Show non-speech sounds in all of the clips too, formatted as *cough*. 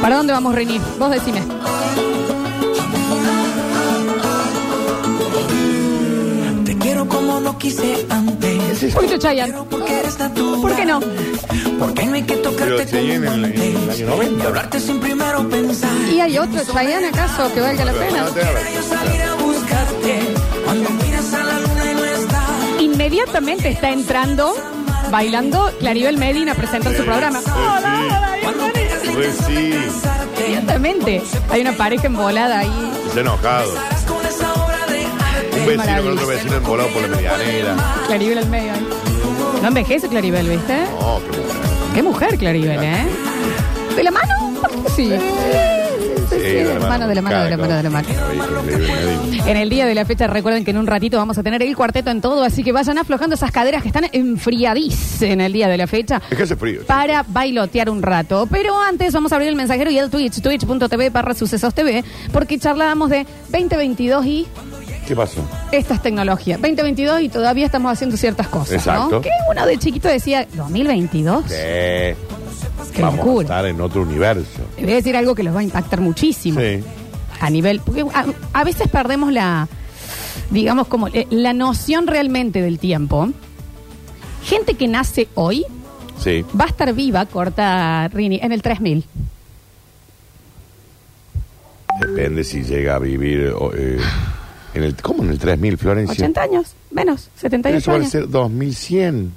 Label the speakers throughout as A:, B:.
A: ¿Para dónde vamos, Rini? Vos decime.
B: Te quiero como no quise antes.
A: Poquito Chayanne.
B: Quiero porque eres natural.
A: ¿Por qué no?
B: Porque no hay que tocarte
C: Pero Chayanne
B: como
C: en el- en el
B: antes.
C: año 90.
B: Y hablarte sin primero pensar.
A: ¿Y hay otro Chayanne acaso que valga la pena?
B: Quiero yo salir a buscarte. Cuando miras a la luna y no está.
A: Inmediatamente está entrando, bailando Claribel Medina a presentar su programa. Hola, hola, bienvenida.
C: Pues sí,
A: Inmediatamente hay una pareja embolada ahí.
C: está enojado.
B: Estarás con esa obra de arte.
C: Un vecino con otro vecino embolado por la medianera.
A: Claribel al medio ahí. No envejece Claribel, ¿viste?
C: No, qué bueno.
A: Qué mujer Claribel, ¿eh? ¿De la mano? Sí. Sí, de la mano, de la mano, de la mano, de la mano. En el día de la fecha recuerden que en un ratito vamos a tener el cuarteto en todo, así que vayan aflojando esas caderas que están enfriadís en el día de la fecha.
C: Es que hace frío.
A: Para bailotear un rato. Pero antes vamos a abrir el mensajero y el Twitch, twitch.tv barra sucesos TV, porque charlábamos de 2022 y
C: ¿Qué pasó?
A: estas tecnologías. 2022 y todavía estamos haciendo ciertas cosas. ¿no?
C: Exacto.
A: Que uno de chiquito decía, 2022.
C: Sí.
A: Qué
C: Vamos a
A: locura.
C: estar en otro universo.
A: Te voy a decir algo que los va a impactar muchísimo.
C: Sí.
A: A nivel. Porque a, a veces perdemos la. Digamos, como eh, la noción realmente del tiempo. Gente que nace hoy
C: Sí.
A: va a estar viva, corta Rini, en el 3000.
C: Depende si llega a vivir o, eh, en el ¿Cómo en el 3000, Florencia?
A: 80 años, menos,
C: Eso
A: 78
C: va a
A: años.
C: ser 2100.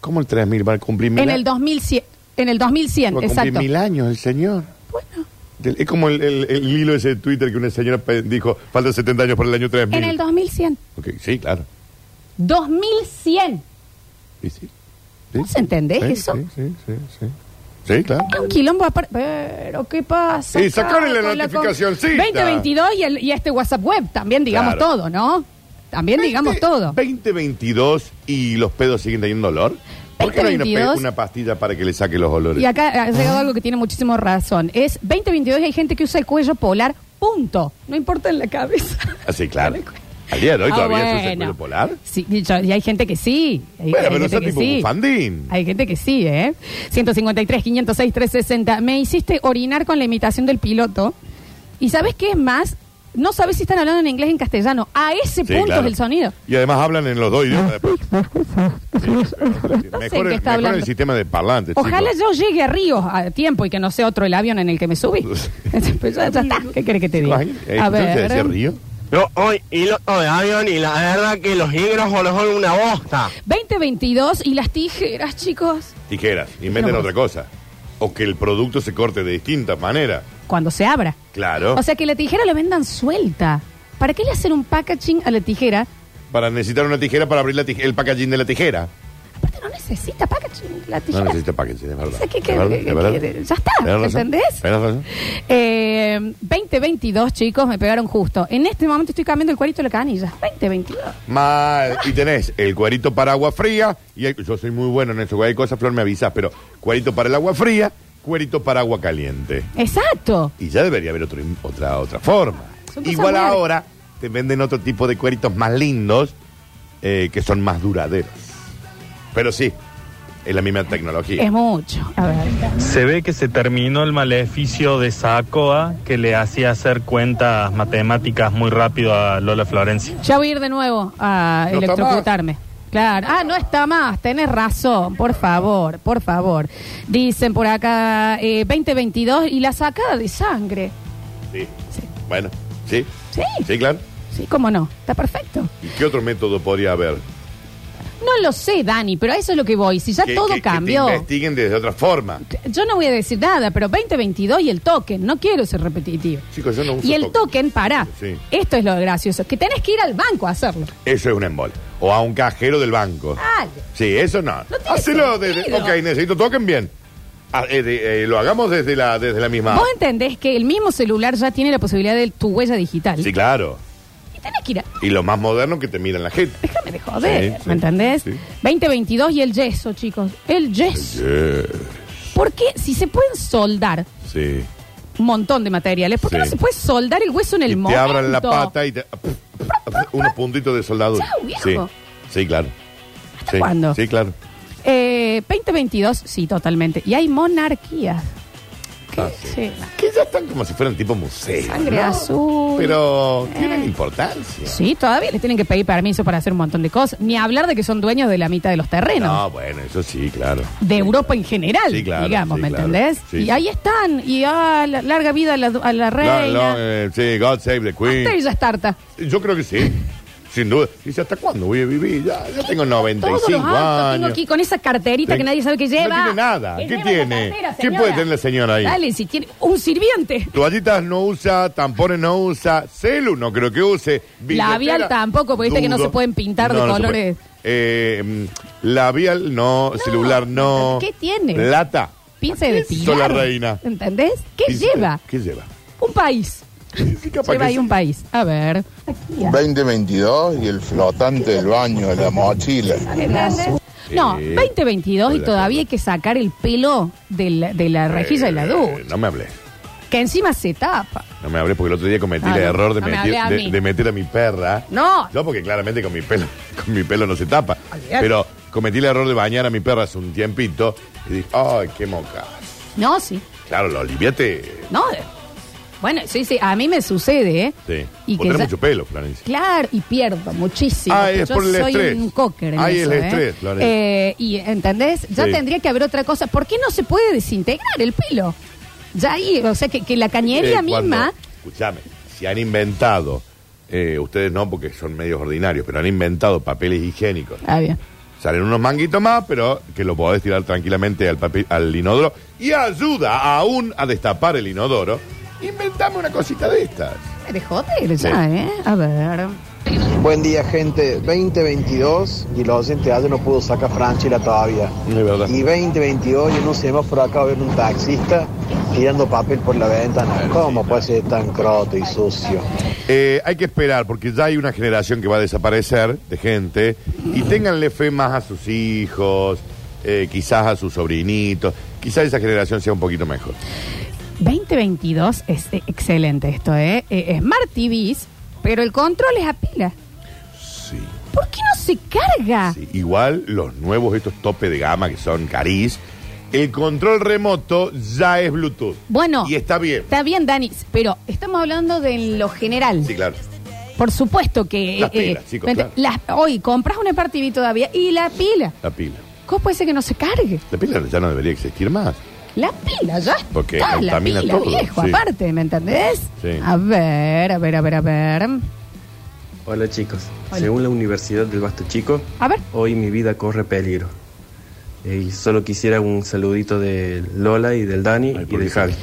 C: ¿Cómo el 3000 va a cumplir mil
A: En
C: a-
A: el 2100, en el 2100,
C: va a cumplir
A: exacto.
C: mil años el señor?
A: Bueno,
C: Del- Es como el, el- el hilo ese de Twitter que una señora pe- dijo, falta 70 años para el año 3000.
A: en el 2100.
C: Ok, sí, claro.
A: 2100.
C: Sí, sí. Sí,
A: ¿Vos entendés
C: sí,
A: eso?
C: Sí, sí, sí, sí. Sí, claro.
A: Es un quilombo aparte. Pero, ¿qué pasa?
C: Sí, sacarle la
A: Con con-
C: notificacioncita.
A: 2022 y, el- y este WhatsApp web. También digamos
C: Claro.
A: todo, ¿no? También digamos todo.
C: 2022 Este y los pedos siguen teniendo olor. ¿Por qué no hay una, pe-
A: 2022?
C: una pastilla para que le saque los olores?
A: Y acá ha llegado algo que tiene muchísimo razón. Es 2022 y hay gente que usa el cuello polar, punto. No importa en la
C: *laughs*
A: cabeza.
C: Ah, sí, claro. Al día de hoy
A: Ah,
C: todavía se usa el
A: bueno.
C: cuello polar.
A: Sí, y, yo- y hay gente que sí. Hay,
C: Bueno,
A: hay
C: pero
A: gente
C: está
A: que
C: tipo
A: sí.
C: bufandín.
A: Hay gente que sí, ¿eh? 153, 506, 360. Me hiciste orinar con la imitación del piloto. ¿Y sabes qué es más? No sabes si están hablando en inglés o en castellano. A ese
C: Sí,
A: punto
C: claro.
A: es el sonido.
C: Y además hablan en los dos idiomas después. *laughs* Sí,
A: qué
C: mejor
A: está
C: mejor
A: hablando.
C: el sistema de parlantes.
A: Ojalá
C: chicos.
A: yo llegue a Ríos a tiempo y que no sea otro el avión en el que me
C: *laughs*
A: subí. Pues ya, ya está. ¿Qué querés que te diga?
C: Imagínate, eh,
A: A
C: ¿no se
A: ver.
C: decía río?
D: Yo hoy piloto de avión y la verdad que los hidrófonos son una bosta.
A: 2022 y las tijeras, chicos.
C: Tijeras. Inventen
A: No,
C: otra cosa. O que el producto se corte de distintas maneras.
A: Cuando se abra.
C: Claro.
A: O sea, que la tijera la vendan suelta. ¿Para qué le hacer un packaging a la tijera?
C: para necesitar una tijera para abrir la tij- el packaging de la tijera.
A: Aparte, no necesita packaging la
C: No
A: tijera.
C: necesita packaging, es
A: O
C: verdad.
A: sea, que-
C: Es
A: que-
C: verdad,
A: que-
C: es verdad.
A: que- ya está,
C: Tenés razón,
A: ¿entendés?
C: tenés razón.
A: Eh, 2022, chicos, me pegaron justo. En este momento estoy cambiando el cuadrito de la canilla. 2022.
C: Mal. Y tenés el cuarito para agua fría. Y hay- yo soy muy bueno en eso. güey, Hay cosas, Flor, me avisas. Pero cuarito para el agua fría, cuarito para agua caliente.
A: Exacto.
C: Y ya debería haber otro- otra, otra forma.
A: Son cosas
C: Igual
A: muy-
C: ahora te venden otro tipo de cueritos más lindos eh, que son más duraderos. Pero sí, es la misma tecnología.
A: Es mucho. A ver.
E: Se ve que se terminó el maleficio de Sacoa que le hacía hacer cuentas matemáticas muy rápido a Lola Florencia.
A: Ya voy a ir de nuevo a
C: No está
A: electrocutarme. Claro. Ah, no está más. Tenés razón. Por favor, por favor. Dicen por acá eh, 2022 y la sacada de sangre.
C: Sí.
A: Sí.
C: Bueno, sí.
A: Sí.
C: Sí, claro.
A: Sí, cómo no. Está perfecto.
C: ¿Y qué otro método podría haber?
A: No lo sé, Dani, pero a eso es lo que voy. Si ya
C: Que-
A: todo
C: que- que te
A: cambió.
C: investiguen desde otra forma.
A: Yo no voy a decir nada, pero 2022 y el token. No quiero ser repetitivo.
C: Chicos, yo no uso
A: Y el token, para.
C: Sí.
A: Esto es lo gracioso. Que tenés que ir al banco a hacerlo.
C: Eso es un embol. O a un cajero del banco.
A: Dale.
C: Sí, eso no.
A: No tiene
C: Hacelo desde.
A: sentido.
C: Ok, necesito token bien. Ah, eh, de- eh, lo hagamos desde la, desde la misma.
A: Vos entendés que el mismo celular ya tiene la posibilidad de tu huella digital.
C: Sí, claro.
A: Y tenés que ir a...
C: Y lo más moderno que te miran la gente.
A: Déjame de joder,
C: Sí, sí,
A: ¿me entendés?
C: sí.
A: 2022 y el yeso, chicos. El yeso. ¿Por qué? Si se pueden soldar
C: Sí.
A: un montón de materiales, ¿por qué
C: Sí.
A: no se puede soldar el hueso en el
C: Y te
A: momento?
C: abran la pata y te. unos puntitos de soldadura.
A: Chau, viejo.
C: Sí. Sí, claro.
A: ¿Hasta
C: Sí.
A: cuándo?
C: Sí, claro.
A: Eh, 2022, sí, totalmente. Y hay monarquías. ¿Qué? Sí.
C: Que ya están como si fueran tipo museo.
A: Sangre
C: ¿no?
A: azul.
C: Pero tienen
A: Eh.
C: importancia.
A: Sí, todavía les tienen que pedir permiso para hacer un montón de cosas. Ni hablar de que son dueños de la mitad de los terrenos.
C: No, bueno, eso sí, claro.
A: De Europa en general,
C: Sí, claro,
A: digamos,
C: sí,
A: ¿me
C: claro.
A: entendés?
C: Sí,
A: y
C: sí.
A: ahí están. Y ah, la- larga vida a la, a la reina.
C: No, no, eh, sí, God Save the Queen.
A: Hasta ella es tarta.
C: Yo creo que sí, sin duda. Dice, ¿hasta cuándo voy a vivir? Ya, ya tengo 95
A: Todos los autos
C: años.
A: tengo aquí con esa carterita
C: Sí.
A: que nadie sabe que lleva.
C: Eh, No tiene nada.
A: Que
C: ¿Qué
A: lleva
C: tiene?
A: esa cartera,
C: ¿Qué
A: señora?
C: puede tener la señora ahí?
A: Dale, si tiene un sirviente.
C: Toallitas no usa, tampones no usa, celu no creo que use. billetera,
A: Labial tampoco, porque viste que no
C: dudo.
A: se pueden pintar de
C: No, no se
A: colores.
C: puede. Eh, mm, labial no, celular no.
A: ¿qué tiene?
C: Plata.
A: Pince de tirar.
C: Soy la reina.
A: ¿Entendés? ¿Qué
C: Pince-
A: lleva?
C: ¿Qué lleva?
A: Un país.
C: Sí, capaz
A: lleva
C: que
A: ahí
C: sí.
A: un país. A ver.
F: 2022 y el flotante del baño, de la mochila.
A: ¿Entendés? No,
C: Eh,
A: 2022 y
C: hola,
A: todavía
C: hola.
A: hay que sacar el pelo de la, de la rejilla de la
C: Eh,
A: ducha,
C: No me hablé.
A: que encima se tapa.
C: No me hablé porque el otro día cometí
A: Ah,
C: el
A: no.
C: error de,
A: No me
C: meter,
A: hablé a
C: de-
A: mí.
C: de meter a mi perra.
A: No. *laughs*
C: Yo porque claramente con mi pelo, *laughs* con mi pelo no se tapa.
A: Olvídate.
C: Pero cometí el error de bañar a mi perra hace un tiempito y dije, ay, qué moca.
A: No, sí.
C: Claro, lo aliviate.
A: No. de- Bueno, sí, sí, a mí me sucede, ¿eh?
C: Sí.
A: Y
C: Vos
A: que
C: tenés
A: ya-
C: mucho pelo, Florencia.
A: Claro, y pierdo muchísimo.
C: Ah,
A: porque
C: es
A: yo
C: por el
A: soy
C: estrés.
A: un cocker en
C: Ahí
A: eso,
C: el
A: ¿eh?
C: estrés, Florencia.
A: Eh, y, ¿entendés? Ya
C: Sí.
A: tendría que haber otra cosa. ¿Por qué no se puede desintegrar el pelo? Ya ahí, o sea, que, que la cañería
C: Eh, cuando-
A: misma...
C: Escuchame, si han inventado, eh, ustedes no porque son medios ordinarios, pero han inventado papeles higiénicos.
A: Ah, bien.
C: Salen unos manguitos más, pero que lo podés tirar tranquilamente al, papi- al inodoro. Y ayuda aún a destapar el inodoro. Inventame una cosita de estas.
A: De joder, ya, ¿eh? A ver.
G: Buen día, gente. 2022 y los docentes ayer no pudo sacar Franchila todavía.
C: Es verdad.
G: Y 2022 yo no sé más por acá ver un taxista tirando papel por la ventana. ¿Cómo puede ser tan croto y sucio?
C: Eh, hay que esperar, porque ya hay una generación que va a desaparecer de gente. Y ténganle fe más a sus hijos, eh, quizás a sus sobrinitos. Quizás esa generación sea un poquito mejor.
A: 2022 es eh, excelente esto, ¿eh? Eh, Smart TVs, pero el control es a pila.
C: Sí.
A: ¿Por qué no se carga?
C: Sí, Igual los nuevos, estos tope de gama que son carís, el control remoto ya es Bluetooth.
A: Bueno.
C: Y está bien.
A: Está bien, Dani, pero estamos hablando de lo general.
C: Sí, claro.
A: Por supuesto que...
C: Las pilas, chicos,
A: mente- las- hoy compras un Smart TV todavía y la pila.
C: La pila.
A: ¿Cómo puede ser que no se cargue?
C: La pila ya no debería existir más.
A: La pila, ya
C: Porque
A: está, la
C: contamina
A: pila,
C: todo,
A: viejo,
C: sí.
A: aparte, ¿me entendés?
C: Sí.
A: A ver, a ver, a ver, a ver.
H: Hola chicos,
A: Hola.
H: según la Universidad del Basto Chico,
A: A ver.
H: hoy mi vida corre peligro. Eh, Y solo quisiera un saludito de Lola y del Dani y del Javi.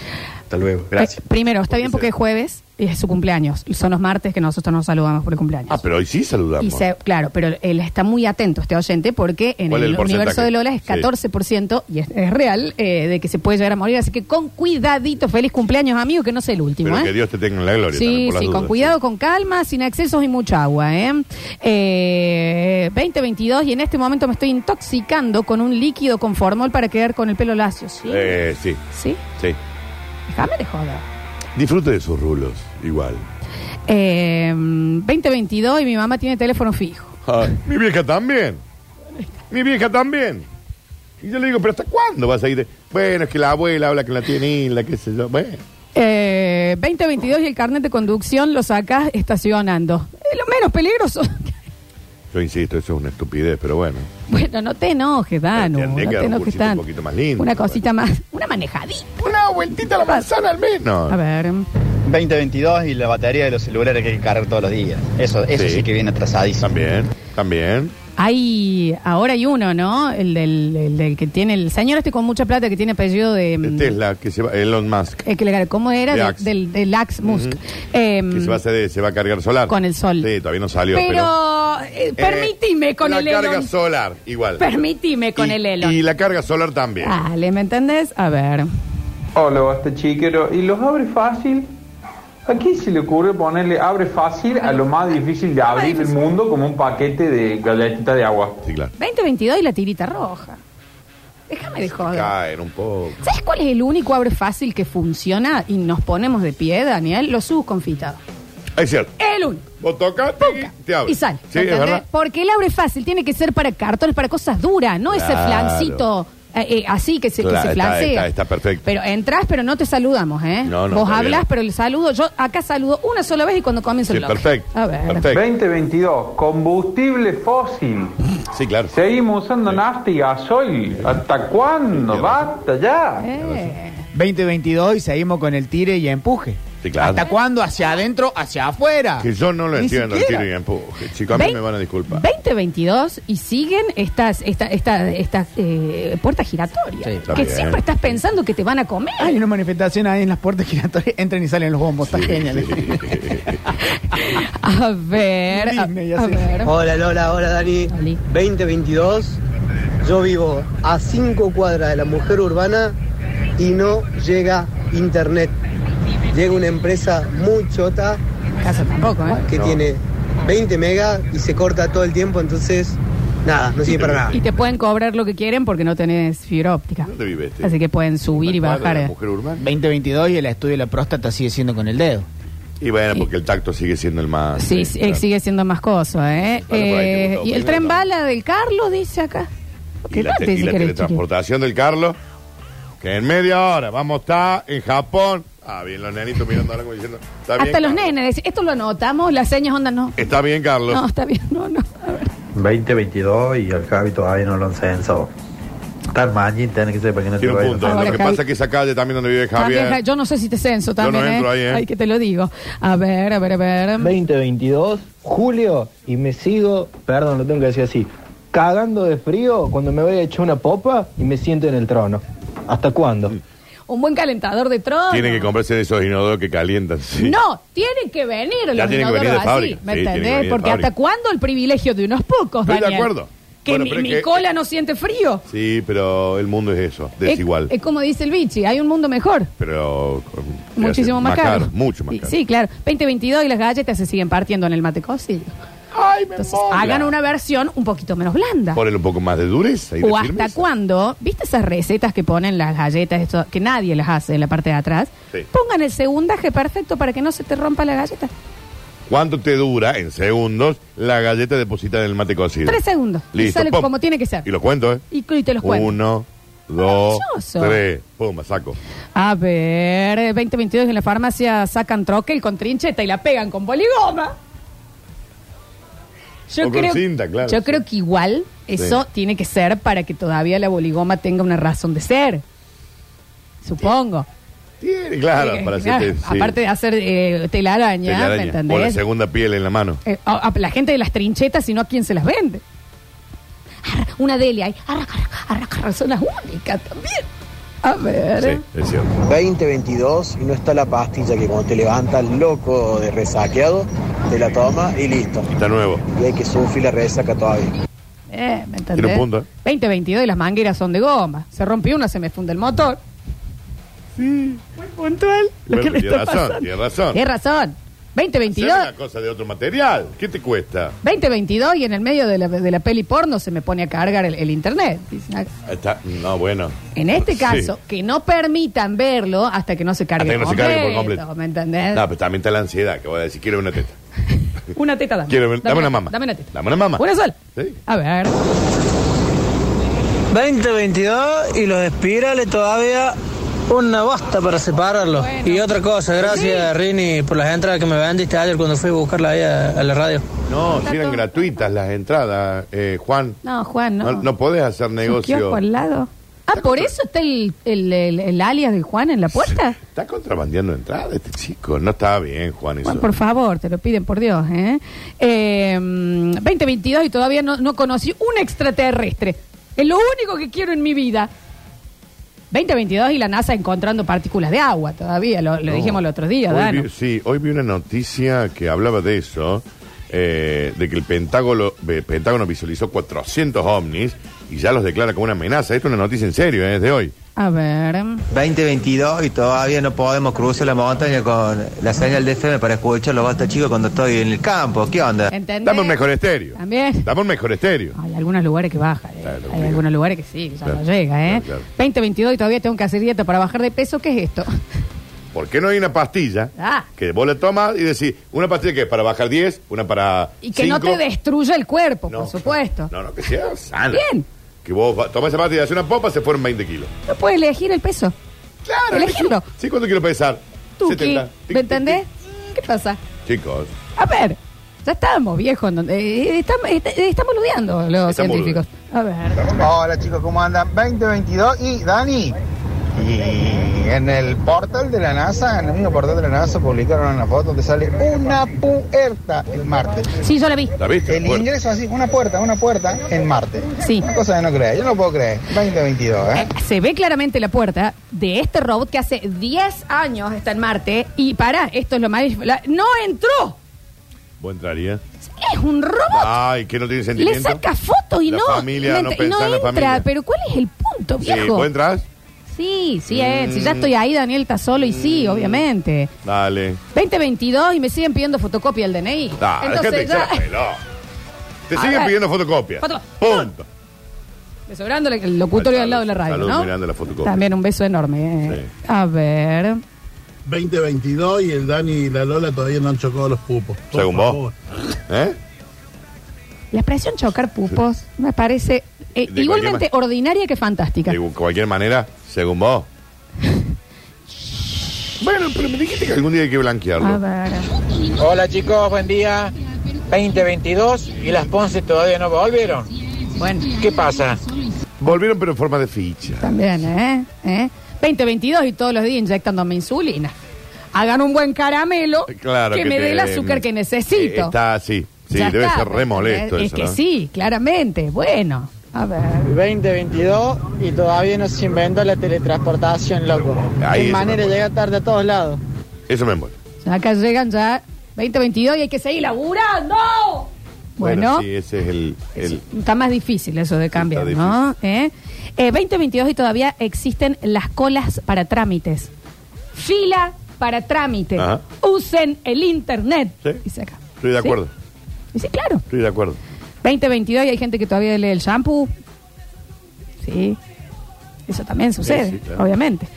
H: Hasta luego, gracias.
A: Eh, primero, está bien porque es jueves y es su cumpleaños. Son los martes que nosotros nos saludamos por el cumpleaños.
C: Ah, pero hoy sí saludamos.
A: Y se- claro, pero él está muy atento, este oyente, porque en
C: ¿Cuál
A: el,
C: es el
A: universo
C: porcentaje?
A: de Lola es
C: Sí.
A: 14%, y es, es real, eh, de que se puede llegar a morir. Así que con cuidadito, feliz cumpleaños, amigo, que no sea el último.
C: Pero
A: ¿eh?
C: que Dios te tenga en la gloria. también,
A: Sí,
C: por las
A: sí, con
C: dudas,
A: cuidado, con calma, sin excesos y mucha agua. ¿eh? Eh, 2022 y en este momento me estoy intoxicando con un líquido con formol para quedar con el pelo lacio. Sí,
C: Eh, sí,
A: sí,
C: sí.
A: déjame de joder.
C: Disfrute de sus rulos, igual.
A: Eh, 2022 y mi mamá tiene teléfono fijo.
C: Ay, mi vieja también. Mi vieja también. Y yo le digo, ¿pero hasta cuándo vas a ir? Bueno, es que la abuela habla que la tiene la qué sé yo. Bueno.
A: Eh, 2022 y el carnet de conducción lo sacas estacionando. Es lo menos peligroso. *laughs*
C: Yo insisto, eso es una estupidez, pero bueno.
A: bueno, no te enojes, Danu. No
C: Tendría que
A: te
C: dar un
A: enojes
C: cursito
A: tanto.
C: un poquito más lindo,
A: Una
C: pero
A: cosita más, una manejadita.
C: Una vueltita a la manzana al menos.
A: A ver.
I: 2022 y la batería de los celulares que hay que cargar todos los días. Eso, eso
C: Sí.
I: sí, que viene atrasadísimo.
C: También, también.
A: Hay, ahora hay uno, ¿no? El del, el del que tiene, el señor este con mucha plata que tiene apellido de... mm,
C: Tesla, Este que se va, Elon Musk,
A: eh, que le- ¿Cómo era?
C: De
A: De-
C: Axe.
A: del, del Axe Musk. Em,
C: que se va, a hacer- se va a cargar solar.
A: con el sol.
C: Sí, todavía no salió. Pero,
A: pero, eh, permitime con
C: la
A: el
C: carga
A: Elon.
C: solar, igual.
A: Permitime con
C: Y-
A: el Elon. Ah.
C: Y la carga solar también.
A: Dale, ¿me entendés? A ver.
J: Hola, basta chiquero. ¿Y los abre fácil? ¿A quién se le ocurre ponerle abre fácil a lo más difícil de abrir del mundo como un paquete
G: Este,
J: de galletita de agua?
C: Sí, claro.
A: 2022 y la tirita roja. Déjame de joder.
C: Caen un poco.
A: ¿Sabes cuál es el único abre fácil que funciona y nos ponemos de pie, Daniel? Los subos confitados.
C: Es cierto.
A: El único.
C: Vos tocas y te abre.
A: Y sal.
C: Sí, es verdad.
A: Porque el abre fácil tiene que ser para cartones, para cosas duras, no ese
C: Claro.
A: flancito eh, eh, así que se, que
C: Claro,
A: se
C: está-
A: flashea.
C: está- está perfecto.
A: Pero entras, pero no te saludamos, ¿eh?
C: No, no,
A: Vos
C: está
A: hablas,
C: bien.
A: pero el saludo, yo acá saludo una sola vez y cuando comienzo
C: Sí,
A: el bloque.
C: perfecto.
A: A ver.
C: Perfecto.
J: 2022, combustible fósil.
C: Sí, claro.
J: Seguimos usando nafta y gasoil. ¿Hasta cuándo? Basta ya.
A: Eh,
K: 2022 y seguimos con el tire y empuje.
C: Sí, claro.
K: ¿Hasta cuándo? ¿Hacia adentro? ¿Hacia afuera?
C: Que yo no lo
K: Ni
C: entiendo, el
K: siquiera.
C: tiro y empuje. Chicos, a mí
A: Vein-
C: me van a disculpar.
A: 2022 y siguen estas, esta, esta, estas eh, puertas giratorias.
C: Sí, está
A: que
C: bien.
A: siempre estás pensando que te van a comer.
K: Hay una manifestación ahí en las puertas giratorias. Entran y salen los bombos. Está genial.
A: A ver. A,
K: Disney,
A: a
K: así.
A: ver.
G: Hola Lola, hola Dani.
A: Ali.
G: 2022, yo vivo a 5 cuadras de la mujer urbana y no llega internet. Llega una empresa muy chota
A: Casa tampoco, ¿eh?
G: que tiene 20 megas y se corta todo el tiempo, entonces nada, no sirve para nada.
A: Y te pueden cobrar lo que quieren porque no tenés fibra óptica.
C: Ah, ¿Dónde vive este?
A: Así que pueden subir y
C: ¿Una cuadra
A: bajar.
C: de
A: eh.
C: la mujer urbana?
K: 2022 y el estudio de la próstata sigue siendo con el dedo.
C: Y bueno, porque el tacto sigue siendo el más. eh,
A: Sí, sí,
C: Ah, claro.
A: sigue siendo más cosa, ¿eh?
C: Sí, bueno, por ahí
A: Eh,
C: tengo todo
A: y el
C: primero,
A: tren
C: ¿no?
A: bala del Carlos dice acá.
C: Y la,
A: Quédate,
C: te- y
A: si
C: la
A: querés,
C: teletransportación del Carlos, que en media hora vamos a estar en Japón. Ah, bien, los nenitos mirando ahora como diciendo. Está bien,
A: Hasta los
C: Carlos.
A: nenes, decís, esto lo anotamos, las señas onda no.
C: Está bien, Carlos.
A: No, está bien, no, no. A ver.
G: 2022 y el Javi todavía no lo han censado. Tan mañín tiene que ser para que no
C: Tiene un punto.
A: Ahora,
C: lo que
A: Javi-
C: pasa es que esa calle también donde vive Javier.
A: También, yo no sé si te censo también,
C: no entro
A: ¿eh?
C: ahí, ¿eh?
A: Ay, que te lo digo. A ver, a ver, a ver.
G: 2022, julio, y me sigo, perdón, lo tengo que decir así, cagando de frío cuando me voy a echar una popa y me siento en el trono. ¿Hasta cuándo?
A: Un buen calentador de trono.
C: Tiene que comprarse de esos inodoros que calientan. Sí.
A: No, tienen que venir los
C: tienen que
A: inodoros
C: venir de
A: así,
C: fábrica.
A: ¿me
C: Sí, tienen que venir
A: entendés?
C: de
A: Porque
C: fábrica.
A: hasta cuándo el privilegio de unos pocos,
C: Estoy de
A: Daniel?
C: acuerdo.
A: Que
C: Bueno,
A: mi,
C: pero es
A: mi
C: que-
A: cola no siente frío.
C: Sí, pero el mundo es eso,
A: Es-
C: desigual.
A: Es, como dice el bichi, hay un mundo mejor.
C: pero. con- te
A: Muchísimo
C: hace
A: más, caro.
C: Mucho más
A: Sí,
C: caro.
A: Sí, claro. 2022 y las galletas se siguen partiendo en el mate cocido. Entonces, hagan una versión un poquito menos blanda.
C: Ponle un poco más de dureza. Y de
A: O hasta
C: firmeza.
A: cuándo, ¿viste esas recetas que ponen las galletas, esto, que nadie las hace en la parte de atrás?
C: Sí.
A: Pongan el segundaje perfecto para que no se te rompa la galleta.
C: ¿Cuánto te dura en segundos la galleta depositada en el mate cocido?
A: Tres segundos. Y
C: Listo.
A: sale
C: pum.
A: como tiene que ser.
C: Y lo cuento, ¿eh?
A: Y, y te los cuento.
C: Uno, dos,
A: Maravilloso.
C: tres. Pum, saco.
A: A ver, eh, 2022 en la farmacia sacan troquel con trincheta y la pegan con poligoma.
C: O con cinta, claro,
A: yo
C: sí.
A: creo que igual eso
C: Sí.
A: tiene que ser para que todavía la boligoma tenga una razón de ser. Supongo.
C: Tiene, claro,
A: Eh,
C: para
A: claro,
C: hacerte. sí,
A: Aparte de hacer eh, telaraña,
C: telaraña.
A: ¿me
C: O la
A: entendés?
C: segunda piel en la mano.
A: Eh, a, a la gente de las trinchetas, sino a quien se las vende. Arra, Una Delia ahí, arra, arra, arra, arra, son las únicas también. A ver. eh.
C: Sí, es cierto.
G: 2022 y no está la pastilla que cuando te levantas loco de resaqueado, te la tomas y listo.
C: Está nuevo.
G: Y hay que sufrir la resaca todavía.
A: Eh, ¿me entendés?
C: Tiene un punto, ¿eh?
A: 2022 y las mangueras son de goma. Se rompió una, se me funde el motor. Sí, muy puntual. Lo
C: Bueno,
A: que me
C: tiene
A: está
C: razón,
A: pasando.
C: tiene razón.
A: Tiene razón.
C: Hacer
A: 2022,
C: una cosa de otro material. ¿Qué te cuesta?
A: 2022 y en el medio de la, de la peli porno se me pone a cargar el, el internet. Dicen acá.
C: Está, no, bueno.
A: En este
C: Sí.
A: caso, que no permitan verlo hasta que no se cargue,
C: Hasta que no se
A: completo,
C: cargue por completo.
A: ¿Me entendés?
C: No, pero también está la ansiedad, que voy a decir, quiero una teta.
A: Una teta dame.
C: Quiero, dame una mama.
A: Dame una teta.
C: Dame una mama.
A: Una sola.
C: Sí.
A: A ver.
G: 2022 y los espirales todavía una bosta para separarlos.
A: Bueno.
G: Y otra cosa, gracias Rini por las entradas que me vendiste ayer cuando fui a buscarla ahí a, a la radio.
C: No,
A: Está
C: si eran
A: todo-
C: gratuitas las entradas, eh, Juan.
A: No, Juan, no.
C: No, no podés hacer negocio.
A: kiosco al lado. Ah, por eso está el, el, el- el alias de Juan en la puerta.
C: Está contrabandeando entradas este chico. No está bien, Juan. Eso.
A: Juan, por favor, te lo piden por Dios. ¿eh? Eh, mm, 2022 y todavía no, no conocí un extraterrestre. Es lo único que quiero en mi vida. 2022 y la NASA encontrando partículas de agua todavía. Lo, lo
C: No.
A: dijimos el otro día,
C: hoy
A: Dano.
C: vi, Sí, hoy vi una noticia que hablaba de eso, eh, de que el Pentágono, eh, Pentágono visualizó 400 ovnis y ya los declara como una amenaza. Esto es una noticia en serio, eh, es de hoy.
A: A ver.
G: 2022 y todavía no podemos cruzar la montaña con la señal de FM para escuchar los bastos chicos cuando estoy en el campo. ¿Qué onda?
A: ¿Entendés?
C: Dame un mejor estéreo.
A: También.
C: Dame un mejor estéreo.
A: Hay algunos lugares que baja, eh.
C: Claro,
A: hay
C: mira.
A: algunos lugares que sí, que ya
C: Claro,
A: no llega, ¿eh?
C: claro, claro.
A: 2022 y todavía tengo que hacer dieta para bajar de peso, ¿qué es
C: *laughs*
A: esto?
C: ¿Por qué no hay una pastilla
A: Ah.
C: que vos la tomas y decís, una pastilla que es para bajar 10, una para.
A: Y que no
C: cinco?
A: te destruya el cuerpo,
C: No,
A: por supuesto.
C: No, no, que sea sana.
A: Bien.
C: que vos va- tomás esa mate y haces una popa, se fueron 20 kilos.
A: No puedes elegir el peso.
C: Claro.
A: Elegirlo.
C: ¿Sí cuánto quiero pesar?
A: Tuki.
C: 70.
A: ¿Me entendés? Mm, ¿Qué pasa?
C: Chicos,
A: A ver, ya estamos, viejo. en donde- eh, estamos, est- eh, están boludeando los
C: Están
A: científicos. A ver.
L: Hola chicos, ¿cómo andan? 2022 y Dani. Y en el portal de la NASA, en el mismo portal de la NASA, publicaron una foto donde sale una puerta en Marte.
A: Sí, yo la vi.
C: ¿La viste?
L: El ingreso así, una puerta, una puerta en Marte.
A: Sí.
L: Una cosa de no creer, yo no puedo creer. 2022, ¿eh?
A: Se ve claramente la puerta de este robot que hace 10 años está en Marte. Y para, esto es lo más. la- ¡No entró!
C: vos entrarías.
A: Es un robot.
C: Ay, que no tiene
A: Le
C: sentimiento.
A: saca fotos y
C: La
A: no.
C: familia,
A: le
C: no
A: entra-
C: pensá en la
A: entra.
C: familia.
A: Pero ¿cuál es el punto,
C: Sí, Mm.
A: viejo?
C: ¿vos entras?
A: Sí, sí, es. Si ya estoy ahí, Daniel está solo y sí,
C: Mm.
A: obviamente.
C: Dale.
A: 2022 y me siguen pidiendo fotocopia del DNI.
C: Dale, déjate
A: Entonces
C: echar la
A: ya. *laughs*
C: pelota. Te
A: A
C: siguen
A: ver.
C: pidiendo fotocopias.
A: Foto-
C: Punto.
A: Sobrando el locutorio al lado de la radio,
C: Salud,
A: ¿no?
C: Miranda, la fotocopia.
A: También un beso enorme. eh. A ver.
M: 2022 y el Dani y la Lola todavía no han chocado los pupos. Por
C: Según vos.
M: favor.
C: ¿Eh?
A: La expresión chocar pupos me parece eh,
C: De
A: igualmente
C: cualquier
A: ordinaria que fantástica.
C: De cualquier manera, según
A: *laughs*
C: vos. bueno, pero me dijiste que algún día hay que
A: A
C: blanquearlo.
A: ver.
N: Hola chicos, buen día. 2022 y las Ponce todavía no volvieron.
A: Bueno.
N: ¿Qué pasa?
C: Volvieron, pero en forma de ficha.
A: También, ¿eh? ¿Eh? 2022 y todos los días inyectándome insulina. Hagan un buen caramelo
C: Eh, Claro.
A: que, me
C: te-
A: dé el azúcar que
C: Eh,
A: necesito.
C: Está así. Sí,
A: Ya
C: debe
A: está, pues,
C: ser re molesto
A: Es
C: eso,
A: que
C: ¿no?
A: sí, claramente. Bueno, a ver.
O: 2022 y todavía no se inventó la teletransportación, loco.
C: Ahí
O: De
C: es
O: manera
C: una
O: llega tarde a todos lados.
C: Eso me envuelve.
A: Acá llegan ya 2022 y hay que seguir laburando. Bueno,
C: sí, ese es el. el-
A: Pues está más difícil eso de cambiar,
C: está
A: ¿no? ¿Eh? Eh, 2022 y todavía existen las colas para trámites. Fila para trámite.
C: Ajá.
A: Usen el internet. Dice acá.
C: Estoy de
A: ¿Sí?
C: acuerdo.
A: Y Sí, claro.
C: Estoy de acuerdo.
A: 2022 y hay gente que todavía lee el shampoo. Sí. Eso también sucede,
C: Sí, sí, claro.
A: obviamente.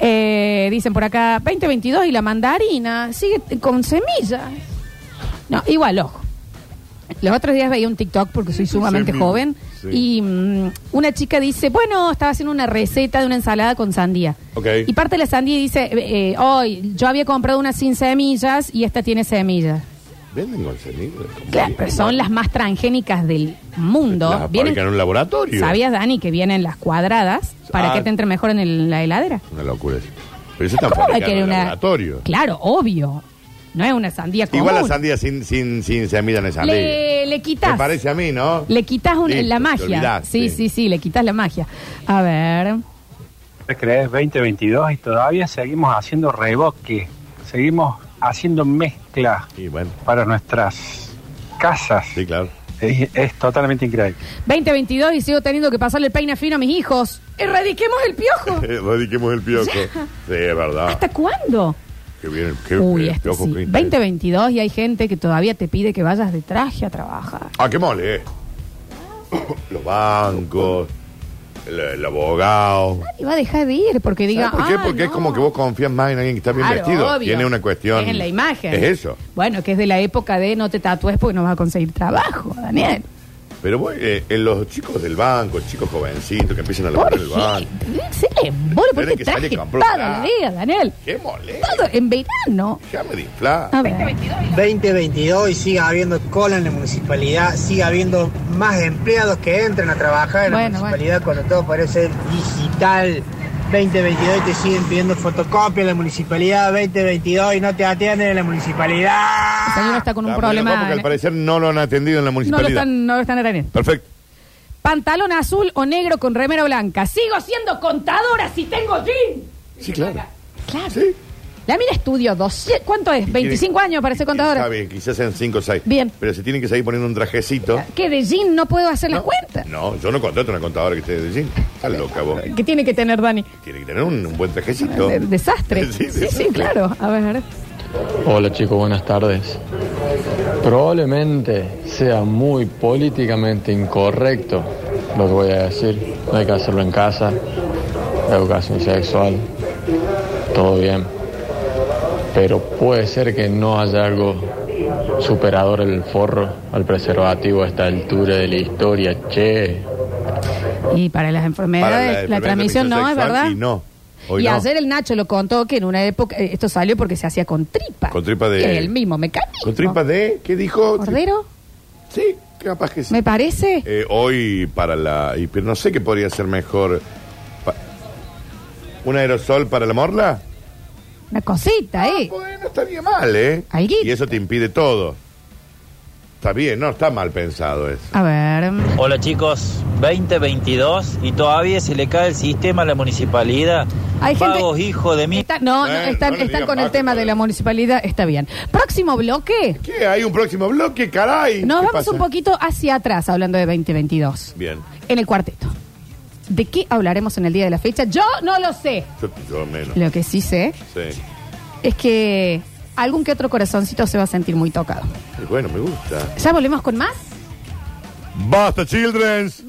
A: Eh, dicen por acá, 2022 y la mandarina sigue t- con semillas. No, igual, ojo. Los otros días veía un TikTok porque soy sumamente
P: Semilla,
A: joven
P: sí.
A: y mm, una chica dice, bueno, estaba haciendo una receta de una ensalada con sandía.
P: Ok.
A: Y parte de la sandía y dice, eh, eh, hoy yo había comprado una sin semillas y esta tiene semillas.
C: Venden con semillas.
A: Claro, pero son las más transgénicas del mundo.
C: Las fabrican en un laboratorio.
A: ¿Sabías, Dani, que vienen las cuadradas para
C: Ah.
A: que te entre mejor en el- la heladera?
C: Una locura eso. Pero eso está
A: ¿Cómo va a
C: fabricado en
A: querer
C: un
A: una-
C: laboratorio.
A: Claro, obvio. No es una sandía común.
C: Igual la sandía sin, sin, sin semilla no es sandía.
A: Le, le quitas.
C: Me parece a mí, ¿no?
A: Le quitas un-
C: Listo,
A: la
C: te
A: magia.
C: olvidás,
A: sí, sí, sí, le quitas la magia. A ver.
Q: crees 2022 y todavía seguimos haciendo reboque, seguimos haciendo mezcla para nuestras casas. Sí,
C: claro. *laughs*
Q: Es, es totalmente increíble.
A: 2022 y sigo teniendo que pasarle el peine fino a mis hijos. ¡Erradiquemos el piojo!
C: *laughs* Radiquemos Eh,
A: *laughs*
C: el piojo. Sí, es verdad.
A: ¿Hasta cuándo?
C: Qué bien, qué
A: Uy,
C: Ah. el
A: este
C: piojo,
A: sí.
C: qué intenso.
A: 2022 y hay gente que todavía te pide que vayas de traje a trabajar.
C: Ah, qué mole. eh. *coughs* Los bancos, el, el abogado.
A: Y va a dejar de ir porque diga,
C: ¿Sabes ¿Por qué?
A: "Ah,
C: Porque es como que vos confías más en alguien que está bien
A: Claro,
C: vestido.
A: obvio.
C: Tiene una cuestión.
A: Es en la imagen.
C: Es eso.
A: Bueno, que es de la época de no te tatúes porque no vas a conseguir trabajo, Daniel.
C: Pero vos, eh, en los chicos del banco, chicos jovencitos que empiezan a lavar en el banco.
A: Sí, vos le ponés
C: Tienen que ah.
A: traje
C: salir a comprar.
A: para los días, Daniel.
C: Qué mole.
A: Todo en verano.
C: Ya me infla.
A: A ver.
O: 2022 y sigue habiendo cola en la municipalidad, sigue habiendo más empleados que entren a trabajar en la
A: Bueno,
O: municipalidad cuando todo parece digital. 2022 y te siguen pidiendo fotocopia en la municipalidad, 2022 y no te atienden en la municipalidad.
A: El señor está con un
C: Está muy loco
A: problema.
C: Porque al parecer no lo han atendido en
A: No
C: la
A: lo
C: municipalidad.
A: están, no lo están atendiendo.
C: Perfecto.
A: Pantalón azul o negro con remera blanca. Sigo siendo contadora si tengo jean.
C: Sí, claro.
A: Claro. La mina estudió dos. ¿Cuánto es? ¿25 años para ser contadora?
C: Está bien, quizás sean 5 o 6.
A: Bien.
C: Pero se tienen que seguir poniendo un trajecito.
A: Que de jean no puedo hacer la cuenta.
C: No, yo no contrato a una contadora que esté de jean. Está loca vos.
A: ¿Qué tiene que tener Dani?
C: Tiene que tener un, un buen trajecito.
A: De- Desastre.
C: *laughs* Sí,
A: sí, sí,
C: desastre.
A: claro. A ver.
R: Hola chicos, buenas tardes. Probablemente sea muy políticamente incorrecto lo que voy a decir. No hay que hacerlo en casa, educación sexual, todo bien. Pero puede ser que no haya algo superador al forro, al preservativo a esta altura de la historia, che.
A: Y para las enfermedades,
C: Para
A: la,
C: enfermedad de
A: transmisión no, es
C: sexual,
A: verdad.
C: sí, no. Hoy
A: y
C: no.
A: ayer el Nacho lo contó que en una época eh, esto salió porque se hacía con tripa.
C: Con tripa
A: Que es el
C: de.
A: mismo mecánico.
C: Con tripa de. ¿Qué dijo?
A: ¿Cordero?
C: Sí, capaz que sí.
A: Me parece.
C: Eh, hoy para la. y- pero no sé qué podría ser mejor. Pa- ¿Un aerosol para la morla?
A: Una cosita, ¿eh?
C: No estaría mal, ¿eh? Y eso te impide todo. Está bien, no está mal pensado eso.
A: A ver.
P: Hola chicos, 2022 y todavía se le cae el sistema a la municipalidad.
A: Hay gente-
P: Pagos, hijo de mí.
A: Está- no,
C: Eh,
A: no, están, están con el tema de la municipalidad. Está bien. Próximo bloque.
C: ¿Qué? ¿Hay un próximo bloque? ¡Caray!
A: Nos
C: ¿Qué
A: vamos
C: pasa?
A: un poquito hacia atrás hablando de 2022.
C: Bien.
A: En el cuarteto. ¿De qué hablaremos en el día de la fecha? Yo no lo sé.
C: Yo, yo menos.
A: Lo que sí sé
C: Sí.
A: es que algún que otro corazoncito se va a sentir muy tocado.
C: Y bueno, me gusta.
A: ¿Ya volvemos con más?
C: ¡Basta, childrens!